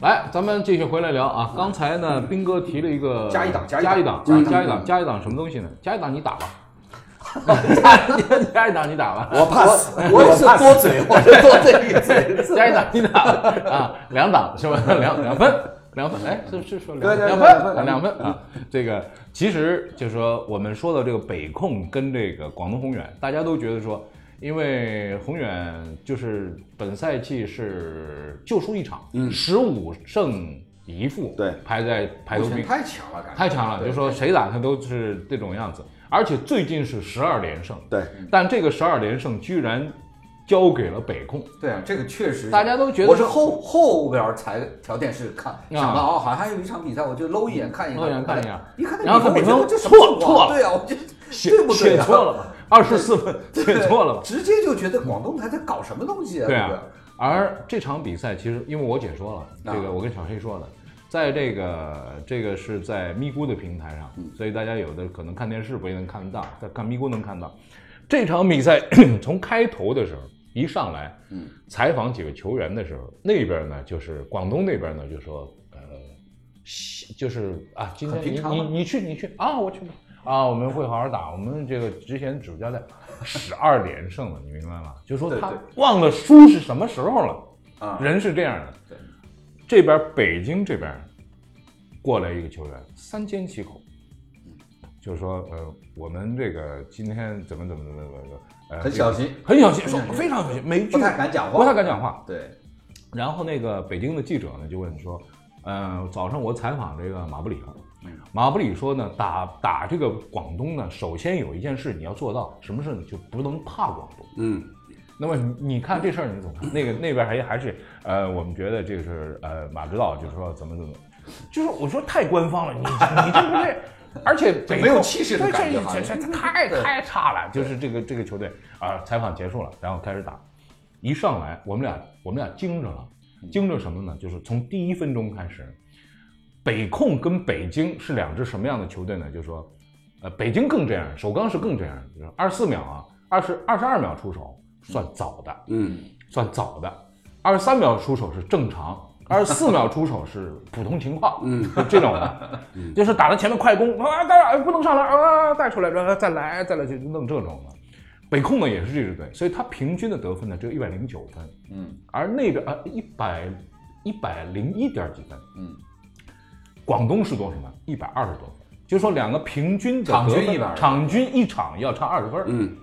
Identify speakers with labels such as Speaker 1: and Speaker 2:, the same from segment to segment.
Speaker 1: 来，咱们继续回来聊啊。刚才呢，斌哥提了一个
Speaker 2: 嗯加一档
Speaker 1: 加
Speaker 2: 加一
Speaker 1: 档，
Speaker 2: 档
Speaker 1: 嗯
Speaker 2: 加
Speaker 1: 加
Speaker 2: 一档
Speaker 1: 一档，加一档什么东西呢？加一档你打 吧， 加加一档你打吧。
Speaker 3: 我怕死，
Speaker 2: 我也是
Speaker 3: 怕死
Speaker 2: 多嘴，我就多这一嘴。
Speaker 1: 加一档你打啊，两档 是吧？两两分，两分，哎，是是说两
Speaker 3: 对对
Speaker 1: 两
Speaker 3: 对
Speaker 1: 分，
Speaker 3: 两分
Speaker 1: 两分啊。这个其实就是说，我们说到这个北控跟这个广东宏远，大家都觉得说，因为宏远就是本赛季是就输一场，嗯，十五胜一负，
Speaker 3: 对
Speaker 1: 排在排头
Speaker 2: 目前
Speaker 1: 兵，
Speaker 2: 太强了，感觉
Speaker 1: 太强了，就说谁打他都是这种样子，而且最近是十二连胜，
Speaker 3: 对，
Speaker 1: 但这个十二连胜居然交给了北控，
Speaker 2: 对啊，这个确实
Speaker 1: 大家都觉得
Speaker 2: 我是后后边儿才调电视看，
Speaker 1: 啊
Speaker 2: 想到哦，好像还有一场比赛，我就搂一眼看一看，
Speaker 1: 搂一眼看一眼
Speaker 2: 一看那
Speaker 1: 然后看
Speaker 2: 比
Speaker 1: 比分
Speaker 2: 我觉得这什
Speaker 1: 错
Speaker 2: 么情
Speaker 1: 错
Speaker 2: 况
Speaker 1: 了
Speaker 2: 对啊，我就
Speaker 1: 写
Speaker 2: 对不对
Speaker 1: 写
Speaker 2: 啊？
Speaker 1: 错 了吧？二十四分写错了吧？
Speaker 2: 直接就觉得广东台在搞什么东西啊？
Speaker 1: 对
Speaker 2: 不
Speaker 1: 啊。而这场比赛其实，因为我解说了，
Speaker 2: 啊
Speaker 1: 这个我跟小黑说了，在这个这个是在咪咕的平台上，
Speaker 2: 嗯
Speaker 1: 所以大家有的可能看电视不一定能看得到，但看咪咕能看到。这场比赛 从开头的时候一上来，嗯，采访几个球员的时候，那边呢就是广东那边呢就说，呃，西就是啊，今天
Speaker 2: 很平
Speaker 1: 你
Speaker 2: 常
Speaker 1: 你
Speaker 2: 嘛
Speaker 1: 你去你去啊，我去吧啊，我们会好好打，我们这个之前主教练十二连胜了，你明白吗？就说
Speaker 2: 对
Speaker 1: 他
Speaker 2: 对
Speaker 1: 忘了输是什么时候了。
Speaker 2: 啊，
Speaker 1: 人是这样的，
Speaker 2: 对
Speaker 1: 这边北京这边过来一个球员，三缄其口，就是说呃，我们这个今天怎么怎么怎么怎么怎么，呃，
Speaker 2: 很小心，
Speaker 1: 很小心，说
Speaker 2: 很小心
Speaker 1: 非常小心，每句
Speaker 2: 不太敢讲话，
Speaker 1: 不太敢讲话。
Speaker 2: 对，
Speaker 1: 然后那个北京的记者呢就问说，呃，早上我采访这个马布里了
Speaker 2: 嗯。
Speaker 1: 马布里说呢，打打这个广东呢，首先有一件事你要做到，什么事呢？就不能怕广东。
Speaker 3: 嗯，
Speaker 1: 那么你你看这事儿你怎么看？那个那边还还是呃，我们觉得这个是呃马指导就是说怎么怎么，就是我说太官方了，你你这不是，而且北
Speaker 2: 没有
Speaker 1: 控
Speaker 2: 气势的
Speaker 1: 对
Speaker 2: 感觉好
Speaker 1: 这
Speaker 2: 像
Speaker 1: 这这 太太差了，就是这个这个球队啊，采访结束了，然后开始打，一上来我们俩我们俩惊着了，惊着什么呢？就是从第一分钟开始，北控跟北京是两支什么样的球队呢？就是说，呃，北京更这样，首钢是更这样，就是二十四秒啊，二十二十二秒出手算早的，
Speaker 3: 嗯，
Speaker 1: 算早的，二十三秒出手是正常，二十四秒出手是普通情况，嗯，就这种的，就是打到前面快攻啊，当然不能上来啊，带出来，然后再来再来就弄这种的。北控呢也是这支队，所以他平均的得分呢只有一百零九分，
Speaker 2: 嗯，
Speaker 1: 而那个啊一百一百零一点几分，
Speaker 2: 嗯，
Speaker 1: 广东是多少呢？一百二十多分，就说两个平均的
Speaker 2: 场
Speaker 1: 得
Speaker 2: 均
Speaker 1: 分
Speaker 2: 120
Speaker 1: 场均一场要差二十分，
Speaker 3: 嗯。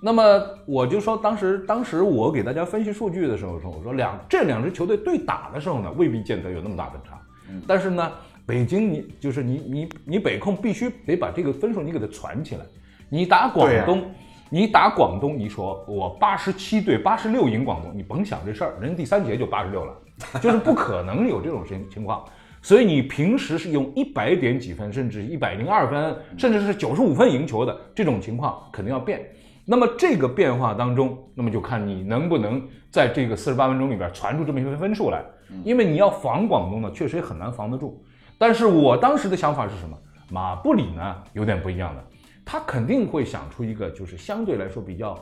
Speaker 1: 那么我就说，当时当时我给大家分析数据的时候说，我说两这两支球队对打的时候呢，未必见得有那么大的差，但是呢，北京你就是你你你北控必须得把这个分数你给它攒起来，你打广
Speaker 2: 对啊
Speaker 1: 东。你打广东，你说我八十七对八十六赢广东，你甭想这事儿，人家第三节就八十六了，就是不可能有这种情情况。所以你平时是用一百点几分，甚至一百零二分，甚至是九十五分赢球的这种情况，肯定要变。那么这个变化当中，那么就看你能不能在这个四十八分钟里边传出这么一份分数来，因为你要防广东呢，确实也很难防得住。但是我当时的想法是什么？马布里呢有点不一样的，他肯定会想出一个就是相对来说比较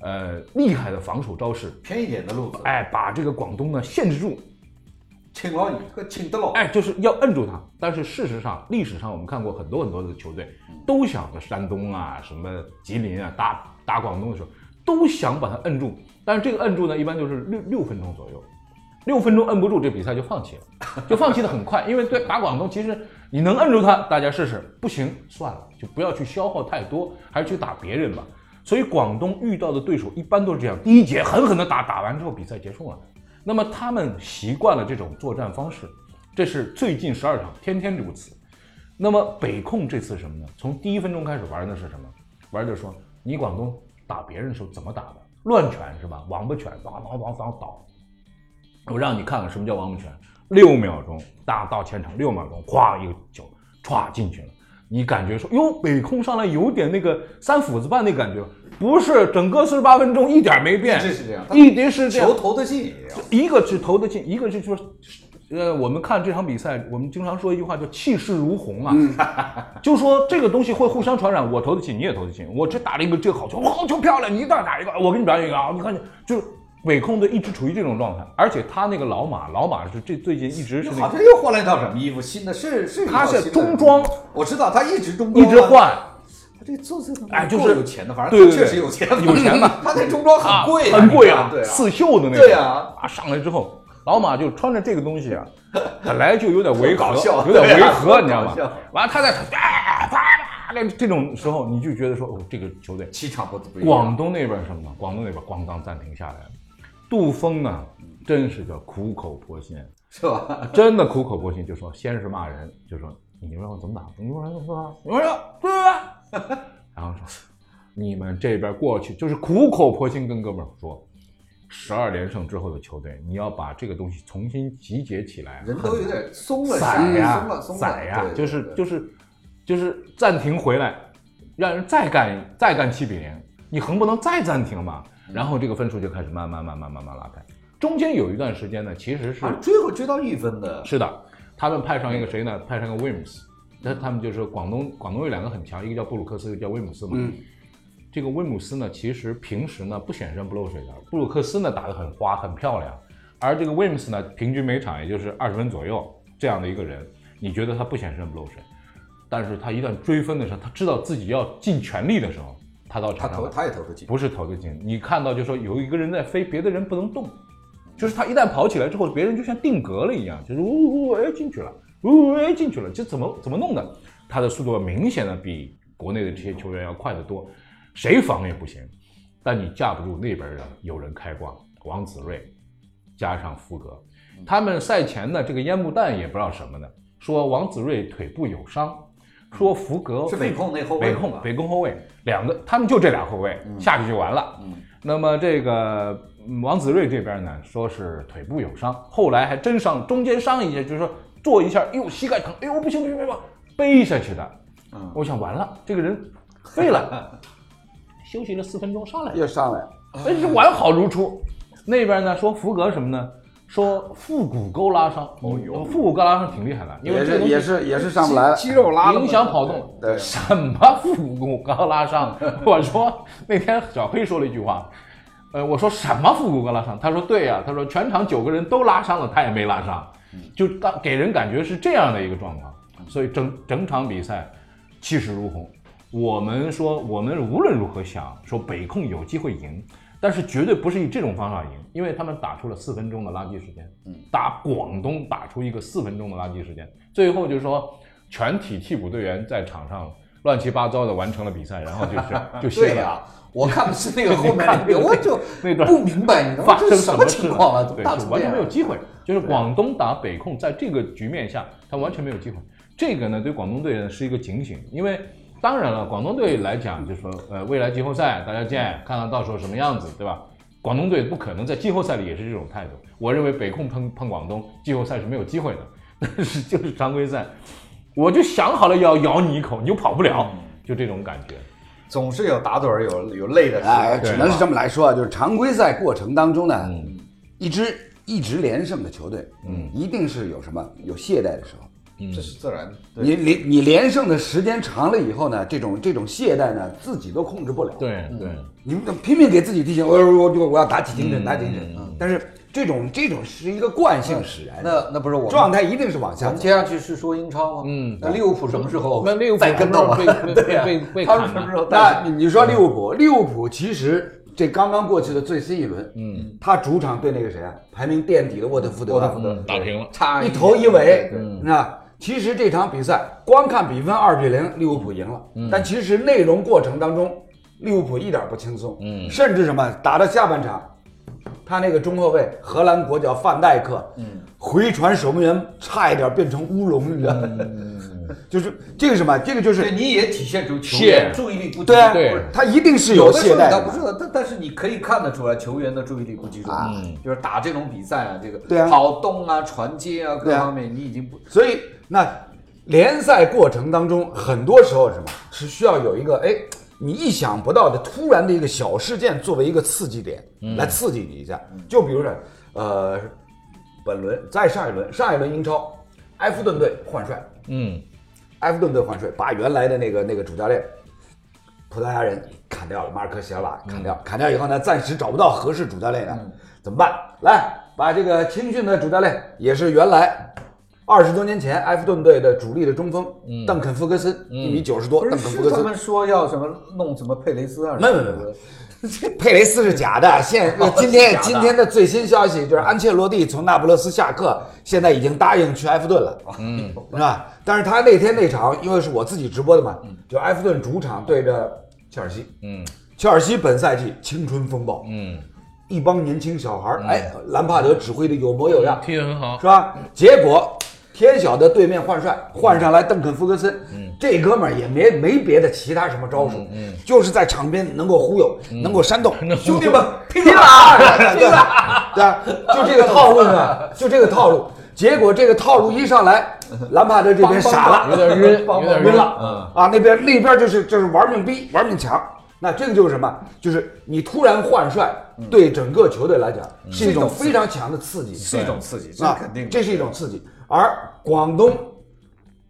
Speaker 1: 呃厉害的防守招式，
Speaker 2: 偏一点的路子，
Speaker 1: 哎，把这个广东呢限制住，
Speaker 2: 请老你和请得老，
Speaker 1: 哎，就是要摁住他。但是事实上，历史上我们看过很多很多的球队，都想着山东啊、什么吉林啊打打广东的时候，都想把他摁住。但是这个摁住呢，一般就是六六分钟左右，六分钟摁不住，这比赛就放弃了，就放弃的很快。因为对打广东，其实你能摁住他，大家试试，不行算了，就不要去消耗太多，还是去打别人吧。所以广东遇到的对手一般都是这样，第一节狠狠的打，打完之后比赛结束了。那么他们习惯了这种作战方式，这是最近十二场天天如此。那么北控这次什么呢？从第一分钟开始玩的是什么？玩的说你广东打别人的时候怎么打的？乱拳是吧？王八拳，当当当当倒。我让你看看什么叫王八拳。六秒钟，大到前场六秒钟，咵一个球歘进去了。你感觉说，哟，北控上来有点那个三斧子般那感觉，不是？整个四十八分钟一点没变，
Speaker 2: 一直是这样
Speaker 1: 一直是哎这样
Speaker 2: 球。投得进也要，
Speaker 1: 一个是投得进，一个是就是，呃，我们看这场比赛，我们经常说一句话叫气势如虹啊，
Speaker 2: 嗯
Speaker 1: 就说这个东西会互相传染，我投得进，你也投得进，我这打了一个这个好球，好球漂亮，你再打一个，我给你表演一个啊，你看就是伪控队一直处于这种状态，而且他那个老马，老马是这最近一直是那
Speaker 2: 好
Speaker 1: 个
Speaker 2: 像又换了一套什么衣服，新的是是一套
Speaker 1: 他是
Speaker 2: 新的
Speaker 1: 中装，
Speaker 2: 我知道他一直中
Speaker 1: 一
Speaker 2: 装啊，
Speaker 1: 直换，
Speaker 2: 他这做这
Speaker 1: 哎就是
Speaker 2: 够有钱的，反正
Speaker 1: 对对
Speaker 2: 确实有钱，
Speaker 1: 有钱嘛，
Speaker 2: 他那中装
Speaker 1: 啊
Speaker 2: 很贵呀，
Speaker 1: 很贵
Speaker 2: 啊
Speaker 1: 啊，，
Speaker 2: 对啊，
Speaker 1: 刺绣的那种，
Speaker 2: 对啊，
Speaker 1: 上来之后，老马就穿着这个东西 啊，本来就有点违和
Speaker 2: 搞 笑，
Speaker 1: 有点
Speaker 2: 对
Speaker 1: 违
Speaker 2: 啊
Speaker 1: 和，你知道吗
Speaker 2: 搞笑？
Speaker 1: 完了他在啊啪啪那这种时候，你就觉得说，哦，这个球队
Speaker 2: 气场不不一样
Speaker 1: 广东那边是什么呢？广东那边咣当暂停下来了，杜峰呢，真是个苦口婆心，
Speaker 2: 是吧？
Speaker 1: 真的苦口婆心，就说先是骂人，就说你们让我怎么打，你们让我怎么打，你们让我对吧？嗯然后说你们这边过去就是苦口婆心跟哥们儿说，十二连胜之后的球队，你要把这个东西重新集结起来，
Speaker 2: 人都有点松了，
Speaker 1: 散
Speaker 2: 松
Speaker 1: 呀
Speaker 2: 了，松了，
Speaker 1: 散呀
Speaker 2: 对，
Speaker 1: 就
Speaker 2: 对
Speaker 1: 是
Speaker 2: 对
Speaker 1: 就是就是暂停回来，让人再干再干七比零，你横不能再暂停嘛，然后这个分数就开始慢慢慢慢慢慢拉开。中间有一段时间呢，其实是
Speaker 2: 啊，追回追到一分的，
Speaker 1: 是的，他们派上一个谁呢？派上个威姆斯。那他们就是广东，广东有两个很强，一个叫布鲁克斯，一个叫威姆斯嘛。
Speaker 3: 嗯，
Speaker 1: 这个威姆斯呢，其实平时呢不显山不漏水的，布鲁克斯呢打得很花很漂亮，而这个威姆斯呢，平均每场也就是二十分左右这样的一个人，你觉得他不显山不漏水，但是他一旦追分的时候，他知道自己要尽全力的时候，他到
Speaker 2: 他
Speaker 1: 场上
Speaker 2: 投
Speaker 1: 来
Speaker 2: 他也投得进，
Speaker 1: 不是投得进，你看到就说有一个人在飞，别的人不能动，就是他一旦跑起来之后，别人就像定格了一样，就是呜呜哎进去了，呜呜哎进去了，这怎么怎么弄的？他的速度明显的比国内的这些球员要快得多，谁防也不行。但你架不住那边的有人开挂，王子睿加上福格，他们赛前呢这个烟幕弹也不知道什么的，说王子睿腿部有伤，说福格
Speaker 2: 是北控内后卫
Speaker 1: 北
Speaker 2: 吧
Speaker 1: 控啊北攻后卫两个，他们就这俩后卫、下去就完了。
Speaker 2: 嗯
Speaker 1: 那么这个嗯王子睿这边呢，说是腿部有伤，后来还真伤，中间伤一下，就是说坐一下，哎呦膝盖疼，哎呦不行不行不行，背下去的。
Speaker 2: 嗯，
Speaker 1: 我想完了，这个人废了， 哎休息了四分钟上来了，
Speaker 3: 又上来了，
Speaker 1: 但是完好如初。那边呢说福格什么呢？说腹股沟拉伤，哦呦，腹股沟拉伤挺厉害的，因为
Speaker 3: 也
Speaker 1: 这个
Speaker 3: 是
Speaker 1: 东
Speaker 3: 也
Speaker 1: 西
Speaker 3: 是也是上不来了，
Speaker 2: 肉了
Speaker 1: 影响跑动。
Speaker 3: 对
Speaker 1: 什么腹股沟拉伤？ 我说那天小黑说了一句话，呃，我说什么腹股沟拉伤？他说对呀、他说全场九个人都拉伤了，他也没拉伤，
Speaker 3: 嗯
Speaker 1: 就当给人感觉是这样的一个状况。所以整整场比赛气势如虹。我们说，我们无论如何想说北控有机会赢，但是绝对不是以这种方法赢，因为他们打出了四分钟的垃圾时间，
Speaker 2: 嗯
Speaker 1: 打广东打出一个四分钟的垃圾时间，最后就是说全体替补队员在场上乱七八糟的完成了比赛，然后就是 就
Speaker 2: 对
Speaker 1: 歇了。
Speaker 2: 呀，我看的是 那个后面
Speaker 1: 看
Speaker 2: 那
Speaker 1: 那
Speaker 2: 个，
Speaker 1: 个
Speaker 2: 我就
Speaker 1: 那段
Speaker 2: 不明白，你知道
Speaker 1: 发
Speaker 2: 吗？
Speaker 1: 生
Speaker 2: 这是
Speaker 1: 什
Speaker 2: 么
Speaker 1: 事
Speaker 2: 情况啊？怎么
Speaker 1: 对，
Speaker 2: 打
Speaker 1: 就
Speaker 2: 成
Speaker 1: 完
Speaker 2: 这
Speaker 1: 全
Speaker 2: 样
Speaker 1: 没有机会。就是广东打北控，在这个局面下，他完全没有机会。这个呢，对广东队呢是一个警醒，因为当然了，广东队来讲，就是说，呃，未来季后赛大家见，看看到时候什么样子，对吧？广东队不可能在季后赛里也是这种态度。我认为北控碰碰广东，季后赛是没有机会的。 但是就是常规赛，我就想好了要咬你一口，你就跑不
Speaker 2: 嗯
Speaker 1: 了，就这种感觉。
Speaker 2: 总是有打盹儿，有有累的时候，
Speaker 3: 哎，
Speaker 2: 对
Speaker 3: 只能是这么来说啊，就是常规赛过程当中呢，
Speaker 1: 嗯
Speaker 3: 一支一直连胜的球队，嗯，一定是有什么有懈怠的时候。
Speaker 2: 这是自然的。对
Speaker 3: 你连你连胜的时间长了以后呢，这种这种懈怠呢，自己都控制不了。，
Speaker 1: 对对，
Speaker 2: 嗯
Speaker 3: 你们拼命给自己提醒，我我我我要打起
Speaker 1: 嗯
Speaker 3: 精神，打起精神。但是这种这种是一个惯性使然的，
Speaker 2: 那那不是我们
Speaker 3: 状态一定是往
Speaker 2: 我
Speaker 3: 下
Speaker 2: 们
Speaker 3: 走。
Speaker 2: 接下去是说英超吗？
Speaker 1: 嗯
Speaker 2: 那利物浦什么时候？
Speaker 1: 那利物浦
Speaker 2: 再跟啊到我
Speaker 1: 被
Speaker 2: 们？
Speaker 1: 被
Speaker 2: 对呀
Speaker 1: 被被
Speaker 2: 他们
Speaker 1: 砍
Speaker 2: 什么
Speaker 1: 了
Speaker 2: 时候带？
Speaker 3: 那你说利物浦，利物浦其实这刚刚过去的最新一轮，嗯，他主场对那个谁啊，排名垫底的沃特福德啊，嗯
Speaker 2: 沃特福德
Speaker 1: 嗯打平了。
Speaker 2: 差
Speaker 3: 一头一尾
Speaker 2: 啊对对，
Speaker 3: 那其实这场比赛光看比分二比零，利物浦赢了，但其实内容过程当中，利物浦一点不轻松，嗯，甚至什么打到下半场，他那个中后卫荷兰国脚范戴克，嗯，回传守门员差一点变成乌龙，你知道吗？ 就是这个什么，这个就是
Speaker 2: 对，你也体现出球
Speaker 1: 懈
Speaker 2: 员注意力不集中。
Speaker 3: 对啊，
Speaker 1: 对
Speaker 3: 他一定是
Speaker 2: 有的时
Speaker 3: 懈
Speaker 2: 候
Speaker 3: 怠
Speaker 2: 他
Speaker 3: 的
Speaker 2: 不知道，但但是你可以看得出来球员的注意力不集中，就是打这种比啊赛啊，这个
Speaker 3: 对啊
Speaker 2: 跑动啊、传接啊各
Speaker 3: 对啊
Speaker 2: 方面，你已经不
Speaker 3: 所以那联赛过程当中，很多时候是什么是需要有一个哎，你意想不到的突然的一个小事件作为一个刺激点、
Speaker 2: 嗯
Speaker 3: 来刺激你一下。就比如说，呃，本轮再上一轮，上一轮英超，埃弗顿队换帅，
Speaker 1: 嗯
Speaker 3: 埃弗顿队换帅，把原来的那个那个主教练葡萄牙人砍掉了，马尔科席奥拉砍掉，砍掉以后呢，暂时找不到合适主教练呢，怎么办？来把这个青训的主教练，也是原来二十多年前埃弗顿队的主力的中锋、邓肯·福格森，一米九十多，
Speaker 2: 不
Speaker 3: 邓
Speaker 2: 是
Speaker 3: 肯·福
Speaker 2: 是
Speaker 3: 格
Speaker 2: 他
Speaker 3: 森，
Speaker 2: 们说要什么弄什么佩雷斯啊？
Speaker 3: 没没没没 佩雷斯是假的，现今天
Speaker 2: 是假的
Speaker 3: 今天的最新消息就是安切洛蒂从那不勒斯下课，现在已经答应去埃弗顿了，嗯，是吧？但是他那天那场，因为是我自己直播的嘛，就埃弗顿主场对着切尔西，
Speaker 1: 嗯
Speaker 3: 切尔西本赛季青春风暴，
Speaker 1: 嗯，
Speaker 3: 一帮年轻小孩儿，哎，兰帕德指挥的有模有样，
Speaker 4: 踢得很
Speaker 1: 哦
Speaker 4: 好
Speaker 3: 是。吧？结果天晓得对面换帅，换上来邓肯·福格森，这哥们儿也没没别的其他什么招数，就是在场边能够忽悠，能够煽动，兄弟们拼了啊，拼了啊，对吧，就这个套路呢，就这个套路。结果这个套路一上来，兰帕德这边傻了，
Speaker 1: 有点 晕，有点
Speaker 3: 晕
Speaker 1: 晕
Speaker 3: 了，
Speaker 1: 嗯，
Speaker 3: 啊，那边那边就是就是玩命逼，玩命抢。那这个就是什么？就是你突然换帅，对整个球队来讲是一种非常强的刺激，
Speaker 2: 是一种刺激，这
Speaker 3: 啊，
Speaker 2: 肯定的。
Speaker 3: 这是一种刺激。而广东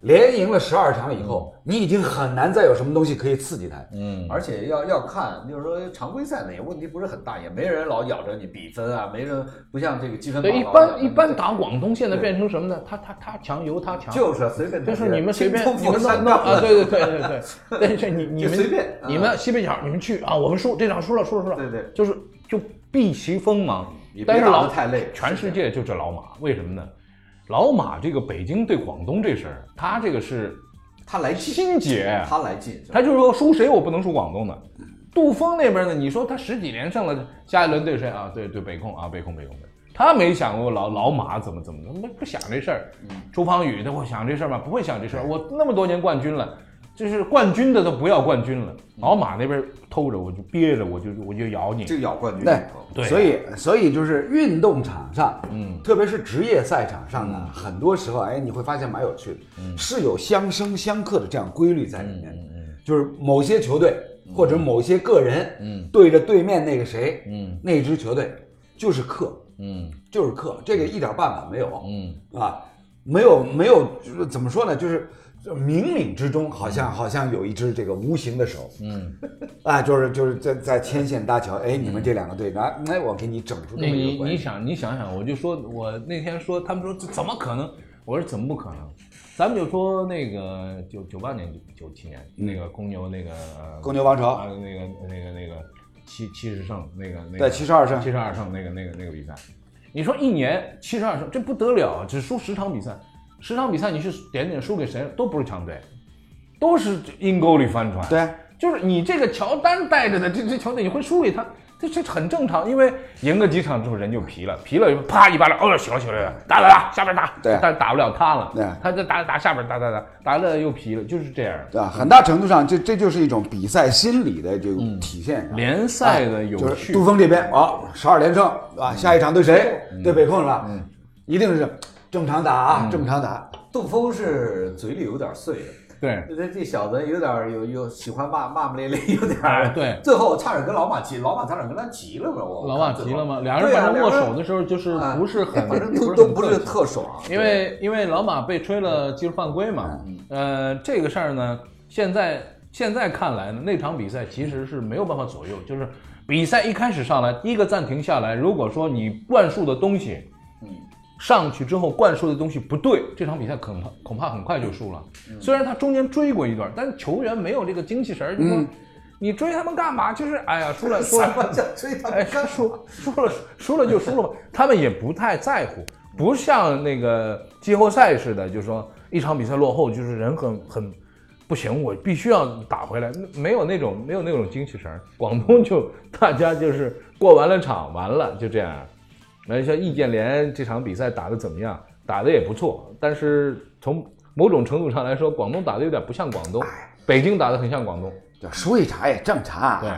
Speaker 3: 连赢了十二场以后，你已经很难再有什么东西可以刺激他。
Speaker 1: 嗯，
Speaker 2: 而且要要看，就是说常规赛呢，也问题不是很大，也没人老咬着你比分啊，没人不像这个积分榜
Speaker 4: 对，
Speaker 2: 老
Speaker 4: 一
Speaker 2: 咬着
Speaker 4: 般
Speaker 2: 你
Speaker 4: 一般打广东现在变成什么呢？他他他强由他强，
Speaker 2: 就是随便
Speaker 4: 就是你们随便
Speaker 2: 轻
Speaker 4: 你们
Speaker 2: 松
Speaker 4: 弄
Speaker 2: 山
Speaker 4: 弄
Speaker 2: 道
Speaker 4: 啊，对对对对对，但是你你们
Speaker 2: 就随便啊
Speaker 4: 你们西北角你们去啊，我们输这场输了输了输了，
Speaker 2: 对对
Speaker 4: 就是就避其锋芒
Speaker 2: 也别，
Speaker 4: 但是
Speaker 2: 打得
Speaker 4: 老
Speaker 2: 太累
Speaker 1: 全世界就这老马，为什么呢？老马这个北京对广东这事儿，他这个是
Speaker 2: 他来劲，
Speaker 1: 心结，
Speaker 2: 他来劲，是吧
Speaker 1: 他就是说输谁我不能输广东的。杜锋那边呢，你说他十几连胜了，下一轮对谁啊？对对北控啊，北控北控北控他没想过老老马怎么怎么，他不想这事儿。周芳雨他会想这事儿吗？不会想这事儿。我那么多年冠军了，就是冠军的都不要冠军了。老马那边偷着，我就憋着，我就我就咬你。
Speaker 2: 就咬冠军
Speaker 3: 对
Speaker 2: 里头。
Speaker 1: 对
Speaker 3: 所以所以就是运动场上，嗯，特别是职业赛场上呢，很多时候，哎，你会发现蛮有趣的，是有相生相克的这样规律在里面的，就是某些球队或者某些个人，嗯，对着对面那个谁，嗯，那支球队就是克，
Speaker 1: 嗯
Speaker 3: 就是克，这个一点办法没有，
Speaker 1: 嗯
Speaker 3: 啊，没有没有，就是怎么说呢？就是就是冥冥之中，好像好像有一只这个无形的手，
Speaker 1: 嗯，
Speaker 3: 啊，就是就是在在牵线搭桥。哎，你们这两个队，来，哎，我给你整出这
Speaker 1: 那
Speaker 3: 么一
Speaker 1: 你
Speaker 3: 个关
Speaker 1: 你
Speaker 3: 系。
Speaker 1: 想你想想，我就说，我那天说，他们说这怎么可能？我说怎么不可能？咱们就说那个九九八年、九九七年那个公牛那个呃
Speaker 3: 嗯公牛王朝
Speaker 1: 啊，那个那个那个七七十胜那个那个
Speaker 3: 对72胜
Speaker 1: 七十二胜那个那个那个比赛，你说一年七十二胜，这不得了，只输十场比赛，十场比赛你去点点输给谁都不是强队，都是阴沟里翻船。
Speaker 3: 对，
Speaker 1: 就是你这个乔丹带着的这支球队，你会输给他，这这很正常，因为赢个几场之后人就疲了，疲了以后啪一巴掌，哦，行了行了，行了打打打，下边打，
Speaker 3: 对
Speaker 1: 但打不了他
Speaker 3: 对
Speaker 1: 了，他就打打下边打打打，打了又疲了，就是这样。
Speaker 3: 对吧？啊很大程度上，这这就是一种比赛心理的这种体现。啊
Speaker 1: 联赛的嗯有
Speaker 3: 就是
Speaker 1: 趣，
Speaker 3: 杜峰这边啊，十二连胜啊，下一场对谁？
Speaker 1: 嗯
Speaker 3: 对北控是吧？一定是正常打啊，正常打。
Speaker 2: 杜峰是嘴里有点碎的。
Speaker 1: 对，
Speaker 2: 这这小子有点儿有有喜欢骂骂骂咧咧，有点
Speaker 1: 哎
Speaker 2: 儿
Speaker 1: 对
Speaker 2: 最后差点跟老马急，老马差点跟他急了吧？我
Speaker 4: 老马急了吗？
Speaker 2: 啊
Speaker 4: 俩人反正握手的时候就是不是很，
Speaker 2: 反正都
Speaker 4: 是
Speaker 2: 都
Speaker 4: 很
Speaker 2: 不
Speaker 4: 客
Speaker 2: 是
Speaker 4: 气
Speaker 2: 特爽，啊
Speaker 4: 因为因为老马被吹了技术犯规嘛，呃，这个事儿呢，现在现在看来呢，那场比赛其实是没有办法左右，就是比赛一开始上来，第一个暂停下来，如果说你灌输的东西，上去之后灌输的东西不对，这场比赛恐怕恐怕很快就输了。虽然他中间追过一段，但球员没有这个精气神儿，就说你追他们干嘛？就是哎呀，输了输 了
Speaker 2: 三。万这追他
Speaker 4: 哎，
Speaker 2: 们
Speaker 4: 输
Speaker 2: 干
Speaker 4: 输输了输了就输了吧，他们也不太在乎，不像那个季后赛似的，就是说一场比赛落后，就是人很很不行，我必须要打回来，没有那种没有那种精气神儿。广东就大家就是过完了场，完了就这样。那像易建联这场比赛打得怎么样？打得也不错，但是从某种程度上来说，广东打得有点不像广东，北京打得很像广东。
Speaker 3: 就输一场也正常。
Speaker 1: 对，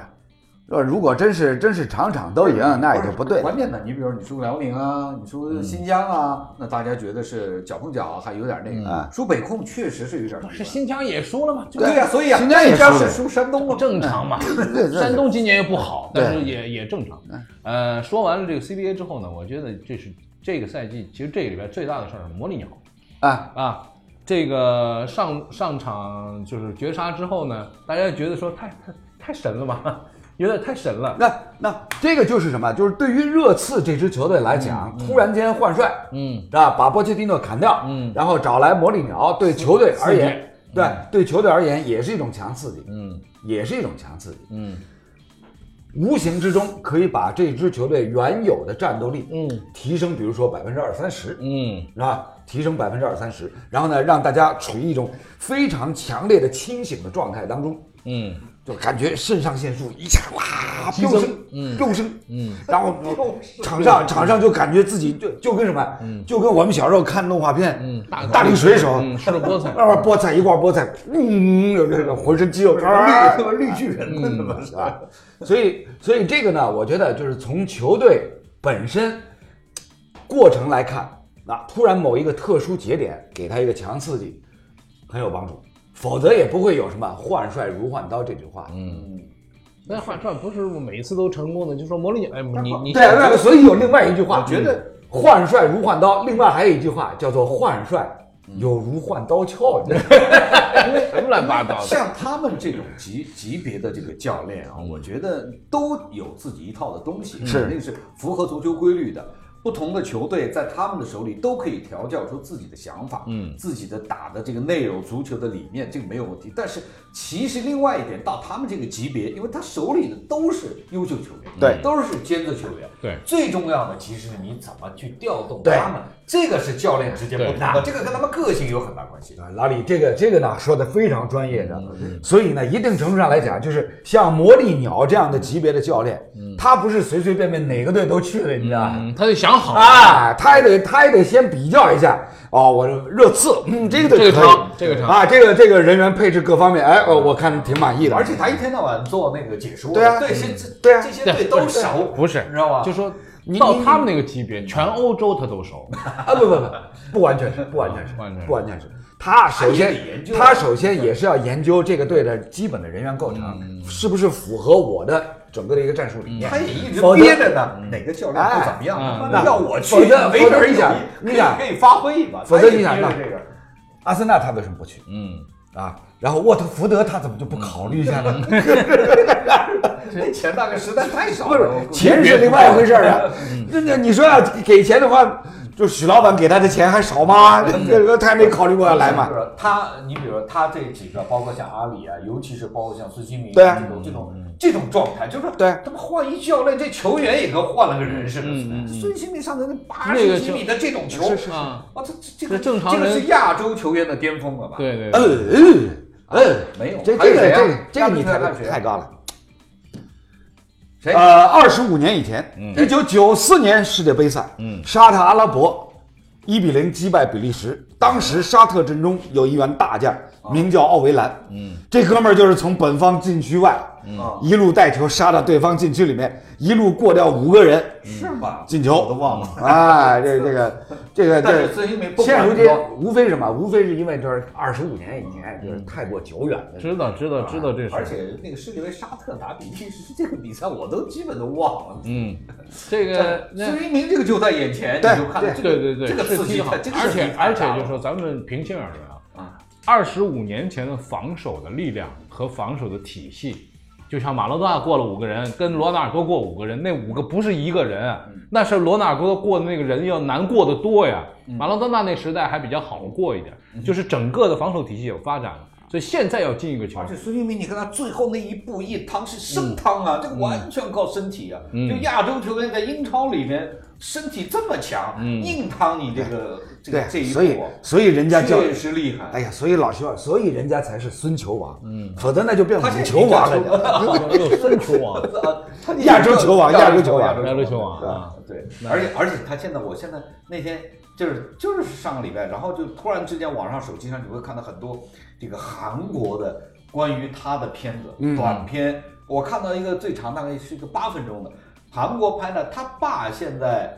Speaker 3: 若如果真是真是场场都赢，那也就不对嗯了。
Speaker 2: 关键呢，你比如你输辽宁啊，你输新疆啊，那大家觉得是脚碰脚，还有点那
Speaker 3: 嗯
Speaker 2: 个。输北控确实是有点儿。
Speaker 4: 是新疆也输了吗？就
Speaker 2: 对呀，所以啊，
Speaker 3: 新疆也
Speaker 2: 那家
Speaker 3: 输
Speaker 2: 是
Speaker 3: 了
Speaker 2: 输山东啊，
Speaker 4: 正常嘛。
Speaker 3: 嗯对对
Speaker 4: 山东今年又不好，
Speaker 3: 对嗯
Speaker 4: 但是也也正常。呃，说完了这个 CBA 之后呢，我觉得这是这个赛季其实这个里边最大的事儿是魔力鸟
Speaker 3: 啊，
Speaker 4: 啊。
Speaker 1: 这个上上场就是绝杀之后呢，大家觉得说太太太神了吧，有点太神了。
Speaker 3: 那那这个就是什么？就是对于热刺这支球队来讲，突然间换帅，
Speaker 1: 嗯，
Speaker 3: 是吧？把波切蒂诺砍掉，
Speaker 1: 嗯
Speaker 3: 然后找来魔里鸟，对球队而
Speaker 1: 刺激
Speaker 3: 言，对对球队而言也是一种强刺激，
Speaker 1: 嗯
Speaker 3: 也是一种强刺激，
Speaker 1: 嗯
Speaker 3: 无形之中可以把这支球队原有的战斗力，
Speaker 1: 嗯，
Speaker 3: 提升，比如说百分之二三十，
Speaker 1: 嗯
Speaker 3: 是吧？提升百分之二三十，然后呢，让大家处于一种非常强烈的清醒的状态当中。
Speaker 1: 嗯，
Speaker 3: 就感觉肾上腺素一下哇飙
Speaker 1: 增
Speaker 3: 升，嗯，飙升，
Speaker 1: 嗯，
Speaker 3: 然后场上场上就感觉自己就就跟什么，就跟我们小时候看动画片，嗯
Speaker 1: 大
Speaker 3: 大力水手，
Speaker 1: 嗯，吃了菠菜。
Speaker 3: 那边菠菜一罐菠菜，嗯，有这个浑身肌肉，啊
Speaker 2: 绿他妈绿巨人
Speaker 4: 嗯
Speaker 2: 了，他妈是吧？
Speaker 3: 所以，所以这个呢，我觉得就是从球队本身过程来看，那突然某一个特殊节点给他一个强刺激，很有帮助，否则也不会有什么“换帅如换刀”这句话。嗯，
Speaker 1: 那换帅不是每一次都成功的，就说魔力鸟，哎，你你
Speaker 3: 对啊，对啊，所以有另外一句话，
Speaker 2: 我觉得
Speaker 3: “换帅如换刀”，另外还有一句话叫做“换帅有如换刀鞘”，你知道吗
Speaker 1: 什么哎乱七八糟的？
Speaker 2: 像他们这种级级别的这个教练啊，我觉得都有自己一套的东西，
Speaker 3: 是
Speaker 2: 肯定是符合足球规律的。不同的球队在他们的手里都可以调教出自己的想法，嗯，自己的打的这个内容、足球的理念，这个没有问题。但是其实另外一点，到他们这个级别，因为他手里的都是优秀球员，
Speaker 3: 对
Speaker 2: 都是尖子球员，
Speaker 1: 对
Speaker 2: 最重要的其实是你怎么去调动
Speaker 3: 对
Speaker 2: 他们，这个是教练之间不同的，
Speaker 1: 对
Speaker 2: 这个跟他们个性有很大关系。
Speaker 3: 啊，老李，这个这个呢说的非常专业
Speaker 1: 嗯
Speaker 3: 的，所以呢，一定程度上来讲，就是像魔力鸟这样的级别的教练，他不是随随便便哪个队都去的，你知道吧？
Speaker 1: 嗯，他得想好，
Speaker 3: 啊，他也得他也得先比较一下哦，我热刺，嗯，这个队
Speaker 1: 这个
Speaker 3: 可以
Speaker 1: 长这个长
Speaker 3: 啊，这个这个人员配置各方面，哎，哦，我看挺满意的，
Speaker 2: 而且他一天到晚做那个解说，
Speaker 3: 对啊
Speaker 2: 对，是这
Speaker 3: 对啊
Speaker 2: 这些队都熟，
Speaker 1: 不是
Speaker 2: 你
Speaker 3: 嗯
Speaker 2: 知道吧？
Speaker 1: 就说
Speaker 3: 你
Speaker 1: 到
Speaker 3: 你
Speaker 1: 他们那个级别，全欧洲他都熟。
Speaker 3: 啊，不不不，不完全是，不完全是，
Speaker 1: 不完全是
Speaker 3: 不完全是。他首先
Speaker 2: 他也得研究，
Speaker 1: 啊
Speaker 3: 他首先也是要研究这个队的基本的人员构成，
Speaker 1: 嗯
Speaker 3: 是不是符合我的整个的一个战术理念。
Speaker 2: 他也一直
Speaker 3: 否则嗯
Speaker 2: 憋着呢，哪个教练不怎么样，
Speaker 1: 哎
Speaker 2: 他
Speaker 3: 那
Speaker 2: 妈要我去，
Speaker 3: 否则
Speaker 2: 没准
Speaker 3: 否
Speaker 2: 儿
Speaker 3: 则你想
Speaker 2: 可以
Speaker 3: 你想
Speaker 2: 可以发挥一把，
Speaker 3: 否则
Speaker 2: 他也
Speaker 3: 你想
Speaker 2: 憋着
Speaker 3: 那
Speaker 2: 这个。
Speaker 3: 阿森纳他为什么不去
Speaker 1: 嗯，
Speaker 3: 啊？然后沃特福德他怎么就不考虑一下呢？
Speaker 2: 那钱大概实在太少
Speaker 3: 不是
Speaker 2: 了， 我，估计
Speaker 3: 钱是另外一回事儿啊。那那你说要给钱的话，就许老板给他的钱还少吗？这个他还没考虑过要来嘛
Speaker 2: 就。是他，你比如说他这几个，包括像阿里啊，尤其是包括像孙兴民
Speaker 3: 对啊
Speaker 2: 这种这种这种状态，就是
Speaker 3: 对
Speaker 2: 他们换一教练，这球员也跟换了个人
Speaker 3: 嗯
Speaker 2: 似的。孙兴民上次那八
Speaker 1: 那
Speaker 2: 十
Speaker 1: 个
Speaker 2: 几
Speaker 1: 球
Speaker 2: 米的这种球，
Speaker 1: 是是是
Speaker 2: 啊，这这个
Speaker 1: 这正常
Speaker 2: 这个
Speaker 1: 人
Speaker 2: 是亚洲球员的巅峰了吧？啊
Speaker 1: 对对
Speaker 3: 呃
Speaker 1: 对，
Speaker 3: 呃呃，
Speaker 2: 没有
Speaker 3: 这
Speaker 2: 还有
Speaker 3: 这个
Speaker 2: 谁啊
Speaker 3: 这个这个
Speaker 2: 亚历
Speaker 3: 你抬
Speaker 2: 山大
Speaker 3: 得
Speaker 2: 谁啊
Speaker 3: 太高了。
Speaker 2: 谁？嗯
Speaker 3: 呃，二十五年以前，一九九四年世界杯赛，嗯，沙特阿拉伯一比零击败比利时。当时沙特阵中有一员大将，
Speaker 2: 啊
Speaker 3: 名叫奥维兰，嗯，这哥们儿就是从本方禁区外，
Speaker 2: 啊
Speaker 3: 一路带球杀到对方禁区里面，一路过掉五个人
Speaker 2: 是吧？
Speaker 3: 进球，
Speaker 2: 啊我都忘了。
Speaker 3: 啊，这这个这 个
Speaker 2: 但是
Speaker 3: 这
Speaker 2: 孙兴民不
Speaker 3: 现
Speaker 2: 管
Speaker 3: 如
Speaker 2: 多
Speaker 3: 今无嗯非是什么？无非是因为就是二十五年以前，就是
Speaker 2: 嗯
Speaker 3: 太过久远了。
Speaker 1: 知道知道知道这事
Speaker 2: 而
Speaker 1: 儿。
Speaker 2: 且那个世界杯沙特打比利时这个比赛，我都基本都忘了。
Speaker 1: 嗯，这个那
Speaker 2: 孙兴民这个就在眼前，
Speaker 3: 对
Speaker 2: 你就看
Speaker 3: 对
Speaker 2: 这个
Speaker 1: 对对对，
Speaker 2: 这个
Speaker 1: 是
Speaker 2: 刺激
Speaker 1: 踢好
Speaker 2: 太，这个
Speaker 1: 而
Speaker 2: 刺激
Speaker 1: 且
Speaker 2: 太
Speaker 1: 而且
Speaker 2: 大了
Speaker 1: 就说咱们平心而论啊，
Speaker 2: 啊，
Speaker 1: 二十五年前的防守的力量和防守的体系，就像马拉多纳过了五个人，跟罗纳尔多过五个人，那五个不是一个人，啊
Speaker 2: 嗯
Speaker 1: 那是罗纳尔多过的那个人要难过得多呀。
Speaker 2: 嗯
Speaker 1: 马拉多纳那时代还比较好过一点，就是整个的防守体系有发展了，所以现在要进一个球
Speaker 2: 而，且孙兴民，你看他最后那一步一趟是生汤啊，这个完全靠身体啊。就亚洲球员在英超里面身体这么强，硬趟你这个这个这
Speaker 3: 对，
Speaker 2: 一
Speaker 3: 所以
Speaker 2: 步，
Speaker 3: 所以人家叫
Speaker 2: 确实厉害。
Speaker 3: 哎呀，所以老徐啊，所以人家才是孙球王，嗯，否则那就变
Speaker 2: 他
Speaker 3: 五
Speaker 2: 现在
Speaker 3: 球王
Speaker 2: 已经
Speaker 3: 了。
Speaker 1: 有深球 王，
Speaker 2: 啊他这
Speaker 3: 亚洲球王亚洲球王
Speaker 1: 亚洲球王啊，
Speaker 2: 对，而且而且他现在，我现在那天就是就是上个礼拜，然后就突然之间网上手机上你会看到很多这个韩国的关于他的片子、
Speaker 3: 嗯
Speaker 2: 短片，我看到一个最长大概是一个八分钟的，韩国拍的，他爸现在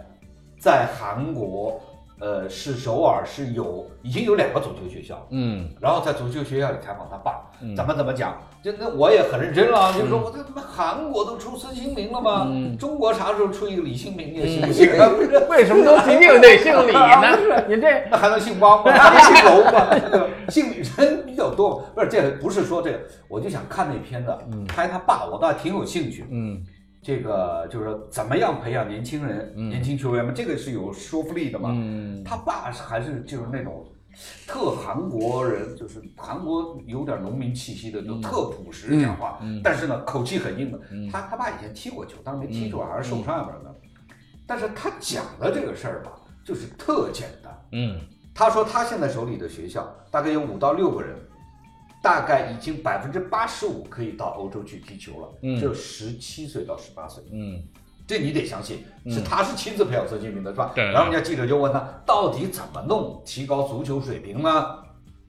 Speaker 2: 在韩国呃，是首尔是有已经有两个足球学校，
Speaker 1: 嗯，
Speaker 2: 然后在足球学校里采访他爸，怎么怎么讲，就那我也很认真了，啊就是说我这他妈韩国都出孙兴民了吗？中国啥时候出一个嗯李兴民也行不行啊？
Speaker 1: 为什么都一定得姓李 呢？你这
Speaker 2: 那还能姓汪吗？还能姓 楼吗？姓李人比较多嘛。不是，这个不是说这个，我就想看那片子，拍他爸，我倒挺有兴趣。
Speaker 1: 嗯，
Speaker 2: 这个就是说怎么样培养年轻人、年轻球员嘛，这个是有说服力的嘛。
Speaker 1: 嗯，
Speaker 2: 他爸是还是就是那种特韩国人，就是韩国有点农民气息的，就特朴实讲话，但是呢口气很硬的。他他爸以前踢过球，当然没踢出来，还是受伤什么的。但是他讲的这个事儿吧，就是特简单。
Speaker 1: 嗯
Speaker 2: 他说他现在手里的学校大概有五到六个人，大概已经百分之八十五可以到欧洲去踢球了，只有十七岁到十八岁。
Speaker 1: 嗯，
Speaker 2: 这你得相信，是他是亲自培养孙兴民的，是吧？
Speaker 1: 对
Speaker 2: 然后人家记者就问他，到底怎么弄提高足球水平呢？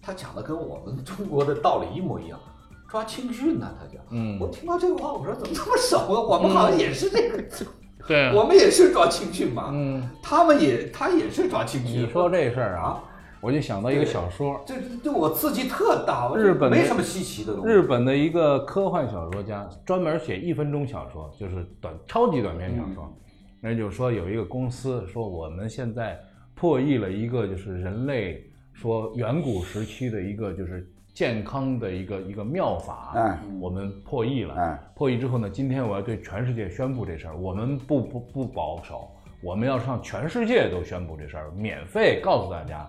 Speaker 2: 他讲的跟我们中国的道理一模一样，抓青训呢、他讲。
Speaker 1: 嗯
Speaker 2: 我听到这个话，我说怎么这么少啊？我们好像也是这个，
Speaker 1: 嗯对
Speaker 2: 我们也是抓青训嘛。
Speaker 1: 嗯，
Speaker 2: 他们也他也是抓青训。
Speaker 1: 你说这事儿
Speaker 2: 啊
Speaker 1: 啊，我就想到一个小说，
Speaker 2: 这对我刺激特大，我
Speaker 1: 日本的
Speaker 2: 没什么稀奇的东西。
Speaker 1: 日本的一个科幻小说家，专门写一分钟小说，就是短超级短篇小
Speaker 2: 嗯
Speaker 1: 说。那就是说有一个公司说我们现在破译了一个就是人类说远古时期的一个就是健康的一个一个妙法，
Speaker 3: 哎
Speaker 1: 我们破译了。
Speaker 3: 哎
Speaker 1: 破译之后呢，今天我要对全世界宣布这事儿，我们不不不保守，我们要上全世界都宣布这事儿，免费告诉大家。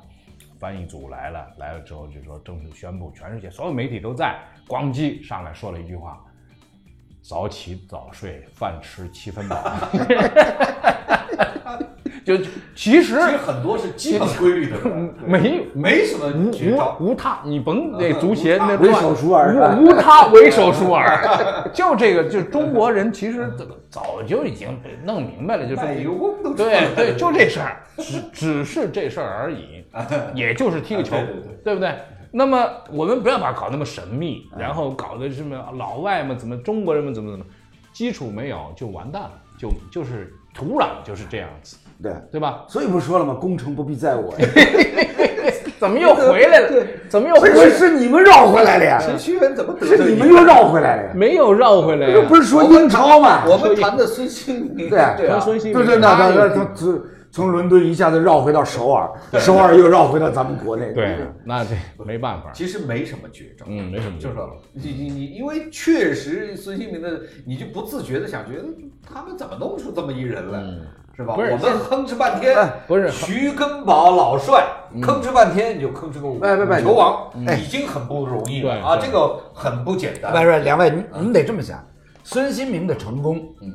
Speaker 1: 翻译组来了，来了之后就说正式宣布，全世界所有媒体都在，咣叽上来说了一句话：早起早睡，饭吃七分 饱。就其实
Speaker 2: 其实很多是基本规律的，
Speaker 1: 没
Speaker 2: 没什么绝招。
Speaker 1: 无无他，你甭那足协那
Speaker 3: 唯
Speaker 1: 乱
Speaker 3: 手熟尔是吧
Speaker 1: 无无他唯手熟尔，啊 就这个就中国人其实这个早就已经被弄明白了，就是
Speaker 2: 卖油翁都知道
Speaker 1: 对对，就这事儿，只只是这事儿而已，也就是踢个球
Speaker 2: 啊对对对，
Speaker 1: 对不对？那么我们不要把它搞那么神秘，然后搞得什么老外们怎么中国人们怎么怎么，基础没有就完蛋了，就就是土壤就是这样子，
Speaker 3: 对，
Speaker 1: 对吧？
Speaker 3: 所以不说了吗？功成不必在 我呀，
Speaker 1: 怎么又回来了？怎么又回
Speaker 3: 这
Speaker 1: 来
Speaker 3: 是
Speaker 1: 了？
Speaker 3: 是你们绕回来的呀，
Speaker 2: 程序员怎么得
Speaker 3: 是
Speaker 2: 罪
Speaker 3: 你们又绕回来了呀，
Speaker 1: 没有绕回来啊呀、
Speaker 3: 这不是说英超吗？
Speaker 2: 我们谈的孙兴民，
Speaker 3: 对啊
Speaker 2: 对啊，
Speaker 1: 孙兴
Speaker 3: 对
Speaker 1: 民
Speaker 3: 对，那
Speaker 1: 他
Speaker 3: 那
Speaker 1: 有
Speaker 3: 那从从从伦敦一下子绕回到首尔，首尔又绕回到咱们国内。
Speaker 1: 对，那这没办法。
Speaker 2: 其实没什么绝招。
Speaker 1: 嗯，没什么。
Speaker 2: 就是说你你你，因为确实孙兴民的，你就不自觉的想觉得他们怎么弄出这么一人来，
Speaker 3: 嗯
Speaker 2: 是吧？
Speaker 1: 不是
Speaker 2: 我们哼哧半天，
Speaker 3: 哎
Speaker 1: 不是
Speaker 2: 徐根宝老帅吆哧半天，你就吭哧个五
Speaker 3: 嗯哎不不
Speaker 2: 球王，已经很不容易了
Speaker 1: 对
Speaker 2: 啊，
Speaker 1: 对
Speaker 2: 这个很不简单。
Speaker 3: 不是两位，你你们得这么想，孙兴民的成功，啊嗯，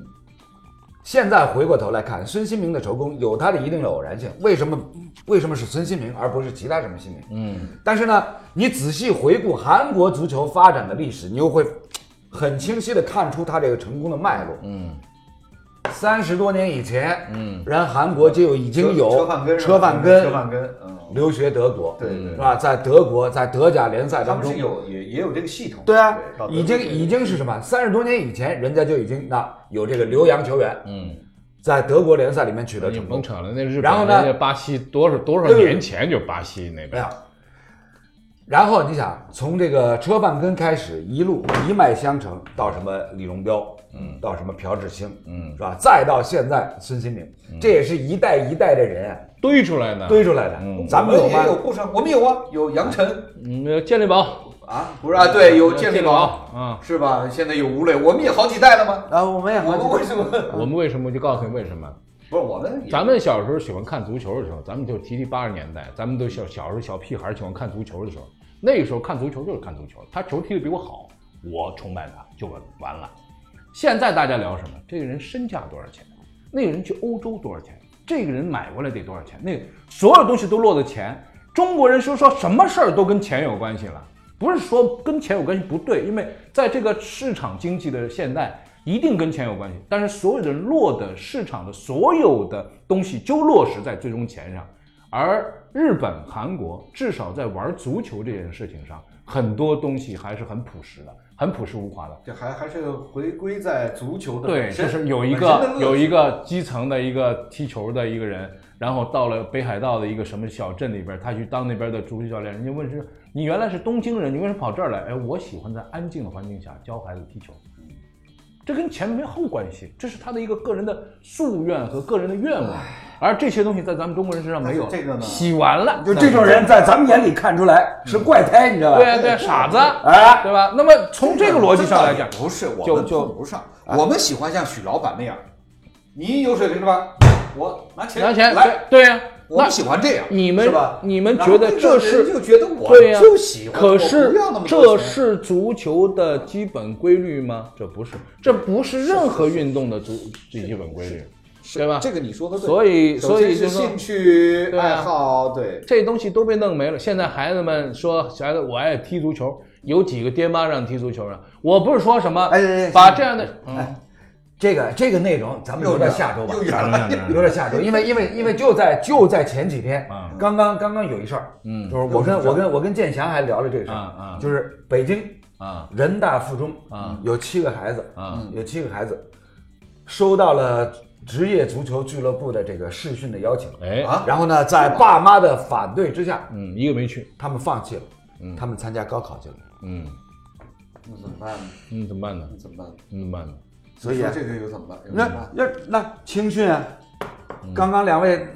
Speaker 3: 现在回过头来看，孙兴民的成功有他的一定的偶然性。为什么为什么是孙兴民而不是其他什么兴民？嗯，但是呢，你仔细回顾韩国足球发展的历史，你又会很清晰的看出他这个成功的脉络。嗯。三十多年以前，嗯，人韩国就已经有
Speaker 2: 车范根是吧，
Speaker 3: 车范根，
Speaker 2: 车范根，嗯，
Speaker 3: 留学德国，
Speaker 2: 对对
Speaker 3: 是吧？在德国，在德甲联赛
Speaker 2: 他
Speaker 3: 当
Speaker 2: 们
Speaker 3: 中
Speaker 2: 是，有也也有这个系统，
Speaker 3: 对啊，
Speaker 2: 到德
Speaker 3: 已经
Speaker 2: 国
Speaker 3: 已经是什么？三十多年以前，人家就已经那有这个留洋球员，嗯，在德国联赛里面取得
Speaker 1: 你
Speaker 3: 成
Speaker 1: 甭
Speaker 3: 功。
Speaker 1: 扯了，那日本
Speaker 3: 然后呢
Speaker 1: 人家巴西多少多少
Speaker 3: 对
Speaker 1: 年前就巴西那
Speaker 3: 没
Speaker 1: 边
Speaker 3: 有。哎然后你想，从这个车范根开始，一路一脉相承，到什么李龙彪，嗯，到什么朴智星，嗯，是吧？再到现在孙兴民，
Speaker 2: 嗯
Speaker 3: 这也是一代一代的人啊
Speaker 1: 堆出来的。
Speaker 3: 堆出来的。咱们
Speaker 2: 嗯我
Speaker 3: 有
Speaker 2: 们也
Speaker 3: 吗？
Speaker 2: 有沪商，我们有啊，有杨晨
Speaker 1: 嗯，健力宝，
Speaker 2: 啊，不是啊，
Speaker 3: 嗯
Speaker 2: 对，有健
Speaker 1: 呃健
Speaker 2: 力宝，
Speaker 1: 啊。
Speaker 2: 是吧？现在有吴磊，我们也好几代了吗？
Speaker 3: 啊，我们也
Speaker 2: 我们为什么
Speaker 1: 我们为什么就告诉你为什么？
Speaker 2: 不是我们也？
Speaker 1: 咱们小时候喜欢看足球的时候，咱们就提提八十年代，咱们都小小时候小屁孩儿喜欢看足球的时候，那个时候看足球就是看足球，他球踢得比我好，我崇拜他就完完了。现在大家聊什么？这个人身价多少钱？那个人去欧洲多少钱？这个人买过来得多少钱？那个所有东西都落在钱。中国人说说什么事儿都跟钱有关系了，不是说跟钱有关系不对，因为在这个市场经济的现代，一定跟钱有关系。但是所有的落的市场的所有的东西就落实在最终钱上，而日本、韩国至少在玩足球这件事情上，很多东西还是很朴实的，很朴实无华的。
Speaker 2: 这还还是回归在足球的
Speaker 1: 对，
Speaker 2: 本身
Speaker 1: 就是有一
Speaker 2: 本身的
Speaker 1: 个
Speaker 2: 乐趣
Speaker 1: 有一个基层的一个踢球的一个人，然后到了北海道的一个什么小镇里边，他去当那边的足球教练。人家问是，你原来是东京人，你为什么跑这儿来？哎，我喜欢在安静的环境下教孩子踢球，这跟钱没后关系，这是他的一个个人的夙愿和个人的愿望。而这些东西在咱们中国人身上没有，
Speaker 2: 但是这个呢
Speaker 1: 洗完了，
Speaker 3: 就这种人在咱们眼里看出来是怪胎，你知道吧？
Speaker 1: 对
Speaker 2: 啊
Speaker 1: 呀、对呀、傻子，
Speaker 3: 哎
Speaker 1: 对吧？那么从这个逻辑上来讲
Speaker 2: 真的，不是我
Speaker 1: 就
Speaker 2: 们
Speaker 1: 就啊
Speaker 2: 碰不上，我们喜欢像许老板那样，你有水平是吧？我拿钱
Speaker 1: 拿钱
Speaker 2: 来，
Speaker 1: 对对呀、
Speaker 2: 我
Speaker 1: 那
Speaker 2: 们喜欢这样，
Speaker 1: 你们
Speaker 2: 是吧？
Speaker 1: 你们
Speaker 2: 然后
Speaker 1: 觉得
Speaker 2: 那个
Speaker 1: 这
Speaker 2: 人
Speaker 1: 是
Speaker 2: 就觉得我
Speaker 1: 对呀、
Speaker 2: 就喜欢，
Speaker 1: 可
Speaker 2: 我
Speaker 1: 是
Speaker 2: 不要那么多
Speaker 1: 这
Speaker 2: 钱
Speaker 1: 是足球的基本规律吗？这不是，这不是任何运动的足基本规律，对吧？
Speaker 2: 这个你说的对，
Speaker 1: 啊所以
Speaker 2: 首
Speaker 1: 所
Speaker 2: 先
Speaker 1: 以就是说
Speaker 2: 兴趣
Speaker 1: 对啊
Speaker 2: 爱好，对，
Speaker 1: 这东西都被弄没了。现在孩子们说，小孩子我爱踢足球，有几个爹妈让踢足球啊？我不是说什么，
Speaker 3: 哎哎哎
Speaker 1: 把这样的，嗯，
Speaker 3: 这个这个内容咱们留到下周吧，
Speaker 2: 又远了，
Speaker 3: 留到下周，因为因为因为就在就在前几天，刚刚刚刚有一事儿，
Speaker 1: 啊嗯
Speaker 3: 就是我跟我跟我跟建翔还聊了这个事
Speaker 1: 啊
Speaker 3: 儿
Speaker 1: 啊，
Speaker 3: 就是北京
Speaker 1: 啊
Speaker 3: 人大附中
Speaker 1: 啊
Speaker 3: 有七个孩子
Speaker 1: 啊，
Speaker 3: 有七个孩子收到了职业足球俱乐部的这个试训的邀请，
Speaker 1: 哎，
Speaker 2: 啊
Speaker 3: 然后呢，在爸妈的反对之下，
Speaker 1: 嗯，一个没去，
Speaker 3: 他们放弃了，他们参加高考去了，
Speaker 1: 嗯，
Speaker 2: 那怎么办呢？
Speaker 1: 嗯，怎么办呢？
Speaker 2: 那怎么办呢？
Speaker 1: 嗯怎么办呢？
Speaker 3: 所以
Speaker 2: 你
Speaker 3: 啊
Speaker 2: 说这个又怎么办？又怎
Speaker 3: 那
Speaker 2: 么办？
Speaker 3: 那那青训啊，刚刚两位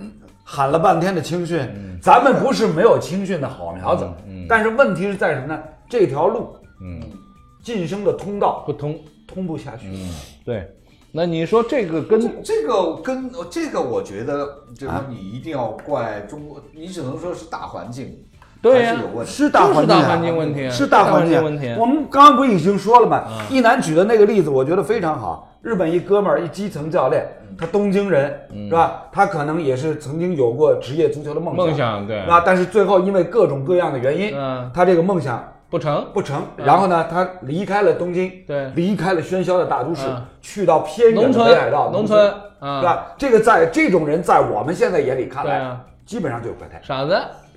Speaker 3: 喊了半天的青训，咱们不是没有青训的好苗子，但是问题是在什么呢？这条路，
Speaker 1: 嗯，
Speaker 3: 晋升的通道
Speaker 1: 不通，
Speaker 3: 通不下去。
Speaker 1: 对，那你说这个跟
Speaker 2: 这这个跟这个，我觉得就是
Speaker 1: 啊
Speaker 2: 说你一定要怪中国，你只能说是大环境
Speaker 1: 对呀
Speaker 2: 还是有问题。
Speaker 3: 是大环境
Speaker 1: 就是大
Speaker 3: 啊，
Speaker 1: 环境问题啊
Speaker 3: 是大环境
Speaker 1: 大环境问题啊
Speaker 3: 我们刚刚不已经说了吗？一男举的那个例子，我觉得非常好。日本一哥们儿，一基层教练，他东京人，是吧？他可能也是曾经有过职业足球的梦想，
Speaker 1: 梦想对
Speaker 3: 啊，但是最后因为各种各样的原因，
Speaker 1: 嗯
Speaker 3: 他这个梦想
Speaker 1: 不成？
Speaker 3: 不成。然后呢，他离开了东京，
Speaker 1: 嗯对
Speaker 3: 离开了喧嚣的大都市
Speaker 1: 嗯，
Speaker 3: 去到偏远
Speaker 1: 农
Speaker 3: 的
Speaker 1: 村
Speaker 3: 北海道
Speaker 1: 农
Speaker 3: 村
Speaker 1: 村，嗯
Speaker 3: 是吧？这个在这种人在我们现在眼里看
Speaker 1: 对
Speaker 3: 来
Speaker 1: 啊，
Speaker 3: 基本上就是怪胎。
Speaker 1: 傻子，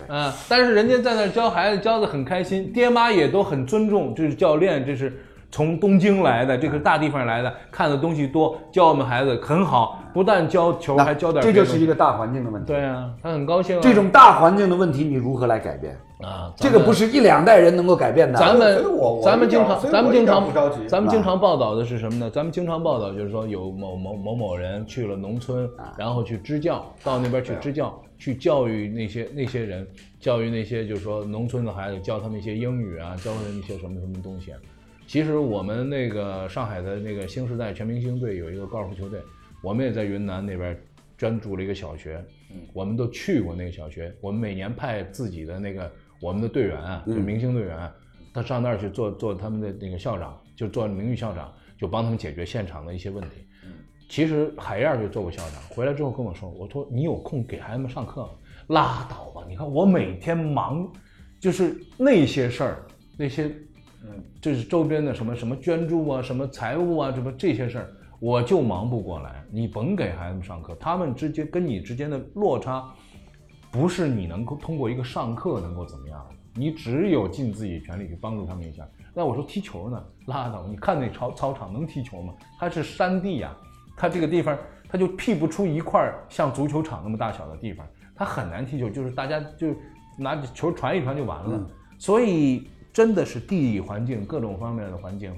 Speaker 1: 啊！但是人家在那儿教孩子教的很开心，爹妈也都很尊重，这是教练，这是从东京来的，这个大地方来的，看的东西多，教我们孩子很好，不但教球，还教点
Speaker 3: 这
Speaker 1: 别的
Speaker 3: 就
Speaker 1: 东
Speaker 3: 是
Speaker 1: 西。
Speaker 3: 一个大环境的问题。
Speaker 1: 对啊，他很高兴、啊。
Speaker 3: 这种大环境的问题，你如何来改变？
Speaker 1: 啊，
Speaker 3: 这个不
Speaker 1: 是
Speaker 3: 是一两代人能够改变的。
Speaker 1: 咱们
Speaker 2: 所以我我
Speaker 1: 咱们经常
Speaker 2: 所以我
Speaker 1: 咱们
Speaker 2: 一
Speaker 1: 经
Speaker 2: 点
Speaker 1: 常
Speaker 2: 不着急
Speaker 1: 咱们经常报道的是什么呢？咱们经常报道就是说有某某某某人去了农村，
Speaker 2: 啊
Speaker 1: 然后去支教，到那边去支教，去教育那些那些人，教育那些就是说农村的孩子，教他们一些英语啊，教他们一些什么什么东西啊。其实我们那个上海的那个新时代全明星队有一个高尔夫球队，我们也在云南那边捐助了一个小学，我们都去过那个小学，我们每年派自己的那个我们的队员啊，就明星队员啊，他上那儿去做做他们的那个校长，就做名誉校长，就帮他们解决现场的一些问题。其实海燕儿就做过校长，回来之后跟我说，我说你有空给孩子们上课吗？拉倒吧，你看我每天忙，就是那些事儿，那些就是周边的什么什么捐助啊、什么财务啊、什么这些事儿，我就忙不过来。你甭给孩子们上课，他们之间跟你之间的落差，不是你能够通过一个上课能够怎么样的，你只有尽自己全力去帮助他们一下。那我说踢球呢，拉倒，你看那操操场能踢球吗？它是山地呀、啊它这个地方它就辟不出一块儿像足球场那么大小的地方，它很难踢球，就是大家就拿着球传一传就完了。所以真的是地理环境各种方面的环境，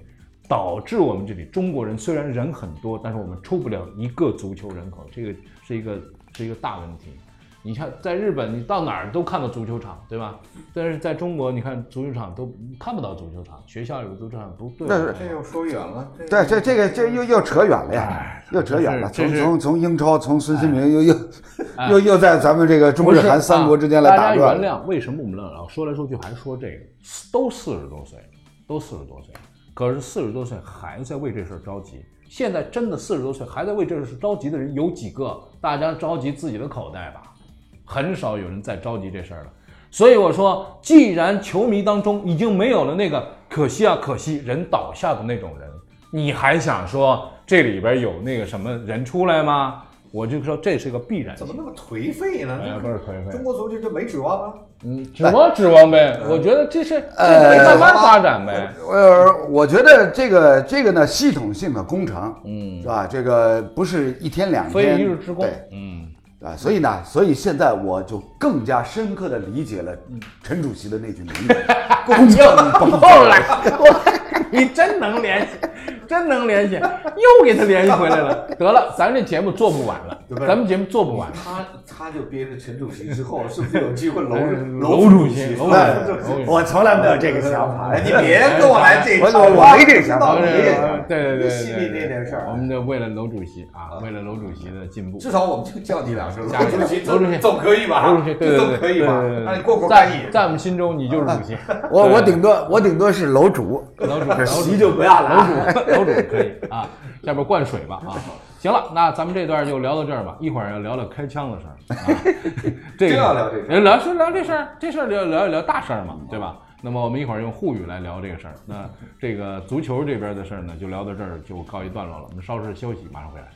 Speaker 1: 导致我们这里中国人虽然人很多，但是我们出不了一个足球人口，这个是一个是一个大问题。你看，在日本，你到哪儿都看到足球场，对吧？但是在中国，你看足球场都看不到足球场，学校有个足球场不对。哎
Speaker 3: 但是
Speaker 2: 这又说远了，
Speaker 3: 对，这这个这又又扯远了呀，又扯远了。
Speaker 1: 哎这
Speaker 3: 从
Speaker 1: 是
Speaker 3: 从从英超，从孙兴民，又又又又在咱们这个中日韩三国之间来打
Speaker 1: 不是啊大家
Speaker 3: 转。
Speaker 1: 原谅，为什么我们老说来说去还说这个？都四十多岁，都四十多岁，可是四十多岁还在为这事儿着急。现在真的四十多岁还在为这事儿着急的人有几个？大家着急自己的口袋吧，很少有人再着急这事儿了。所以我说，既然球迷当中已经没有了那个可惜啊可惜人倒下的那种人，你还想说这里边有那个什么人出来吗？我就说这是个必然
Speaker 2: 怎
Speaker 1: 性
Speaker 2: 么。那么颓废呢？
Speaker 1: 哎呀不是颓废
Speaker 2: 中国足球就没指望了。
Speaker 1: 嗯，指望指望呗，我觉得这是这得慢慢发展呗。
Speaker 3: 呃，我觉得这个这个呢，系统性的工程，嗯，是吧？这个不是一天两天，
Speaker 1: 非一日之功
Speaker 3: 对，
Speaker 1: 嗯，
Speaker 3: 啊，所以呢，所以现在我就更加深刻的理解了陈主席的那句名 言：“公
Speaker 1: 哎
Speaker 3: 正崩
Speaker 1: 后来，后来你真能联系，真能联系，又给他联系回来了。得了，咱这节目做不完了，咱们节目做不完。
Speaker 2: 他他就憋着陈主席之 后，是不是有机会
Speaker 1: 楼
Speaker 2: 哎楼
Speaker 1: 主席，楼主席，楼主
Speaker 3: 哎
Speaker 1: 席
Speaker 3: 我从来没有这个想法。
Speaker 2: 哎，你别跟我
Speaker 1: 哎
Speaker 2: 来这一
Speaker 3: 哦我
Speaker 2: 套，
Speaker 3: 我我没这想法
Speaker 2: 我知道你这想法
Speaker 1: 对对对对对
Speaker 2: 心里那点事
Speaker 1: 我
Speaker 2: 儿。
Speaker 1: 们就为了楼主席啊，为了楼主席的进步，
Speaker 2: 至少我们就叫你两声，
Speaker 1: 加油
Speaker 2: 楼主席，
Speaker 1: 楼主席
Speaker 2: 总可以吧？
Speaker 1: 楼主席，对对
Speaker 2: 这
Speaker 1: 对，
Speaker 2: 总可以吧？
Speaker 1: 对对对
Speaker 2: 让你哎过过
Speaker 1: 在
Speaker 2: 干瘾。
Speaker 1: 在我们心中，你就是主席，
Speaker 3: 我我顶多我顶多是楼 主，
Speaker 1: 楼主，楼主
Speaker 3: 席就不要了
Speaker 1: 楼
Speaker 3: 啊。
Speaker 1: 主， 楼主可以啊，下边灌水吧啊。行了，那咱们这段就聊到这儿吧，一会儿要聊聊开枪的事儿啊。 这个
Speaker 2: 真要聊这事
Speaker 1: 事，聊说聊这事儿，这事儿聊聊一聊大事儿嘛，对吧？那么我们一会儿用沪语来聊这个事儿。那这个足球这边的事儿呢，就聊到这儿就告一段落了。我们稍事休息，马上回来。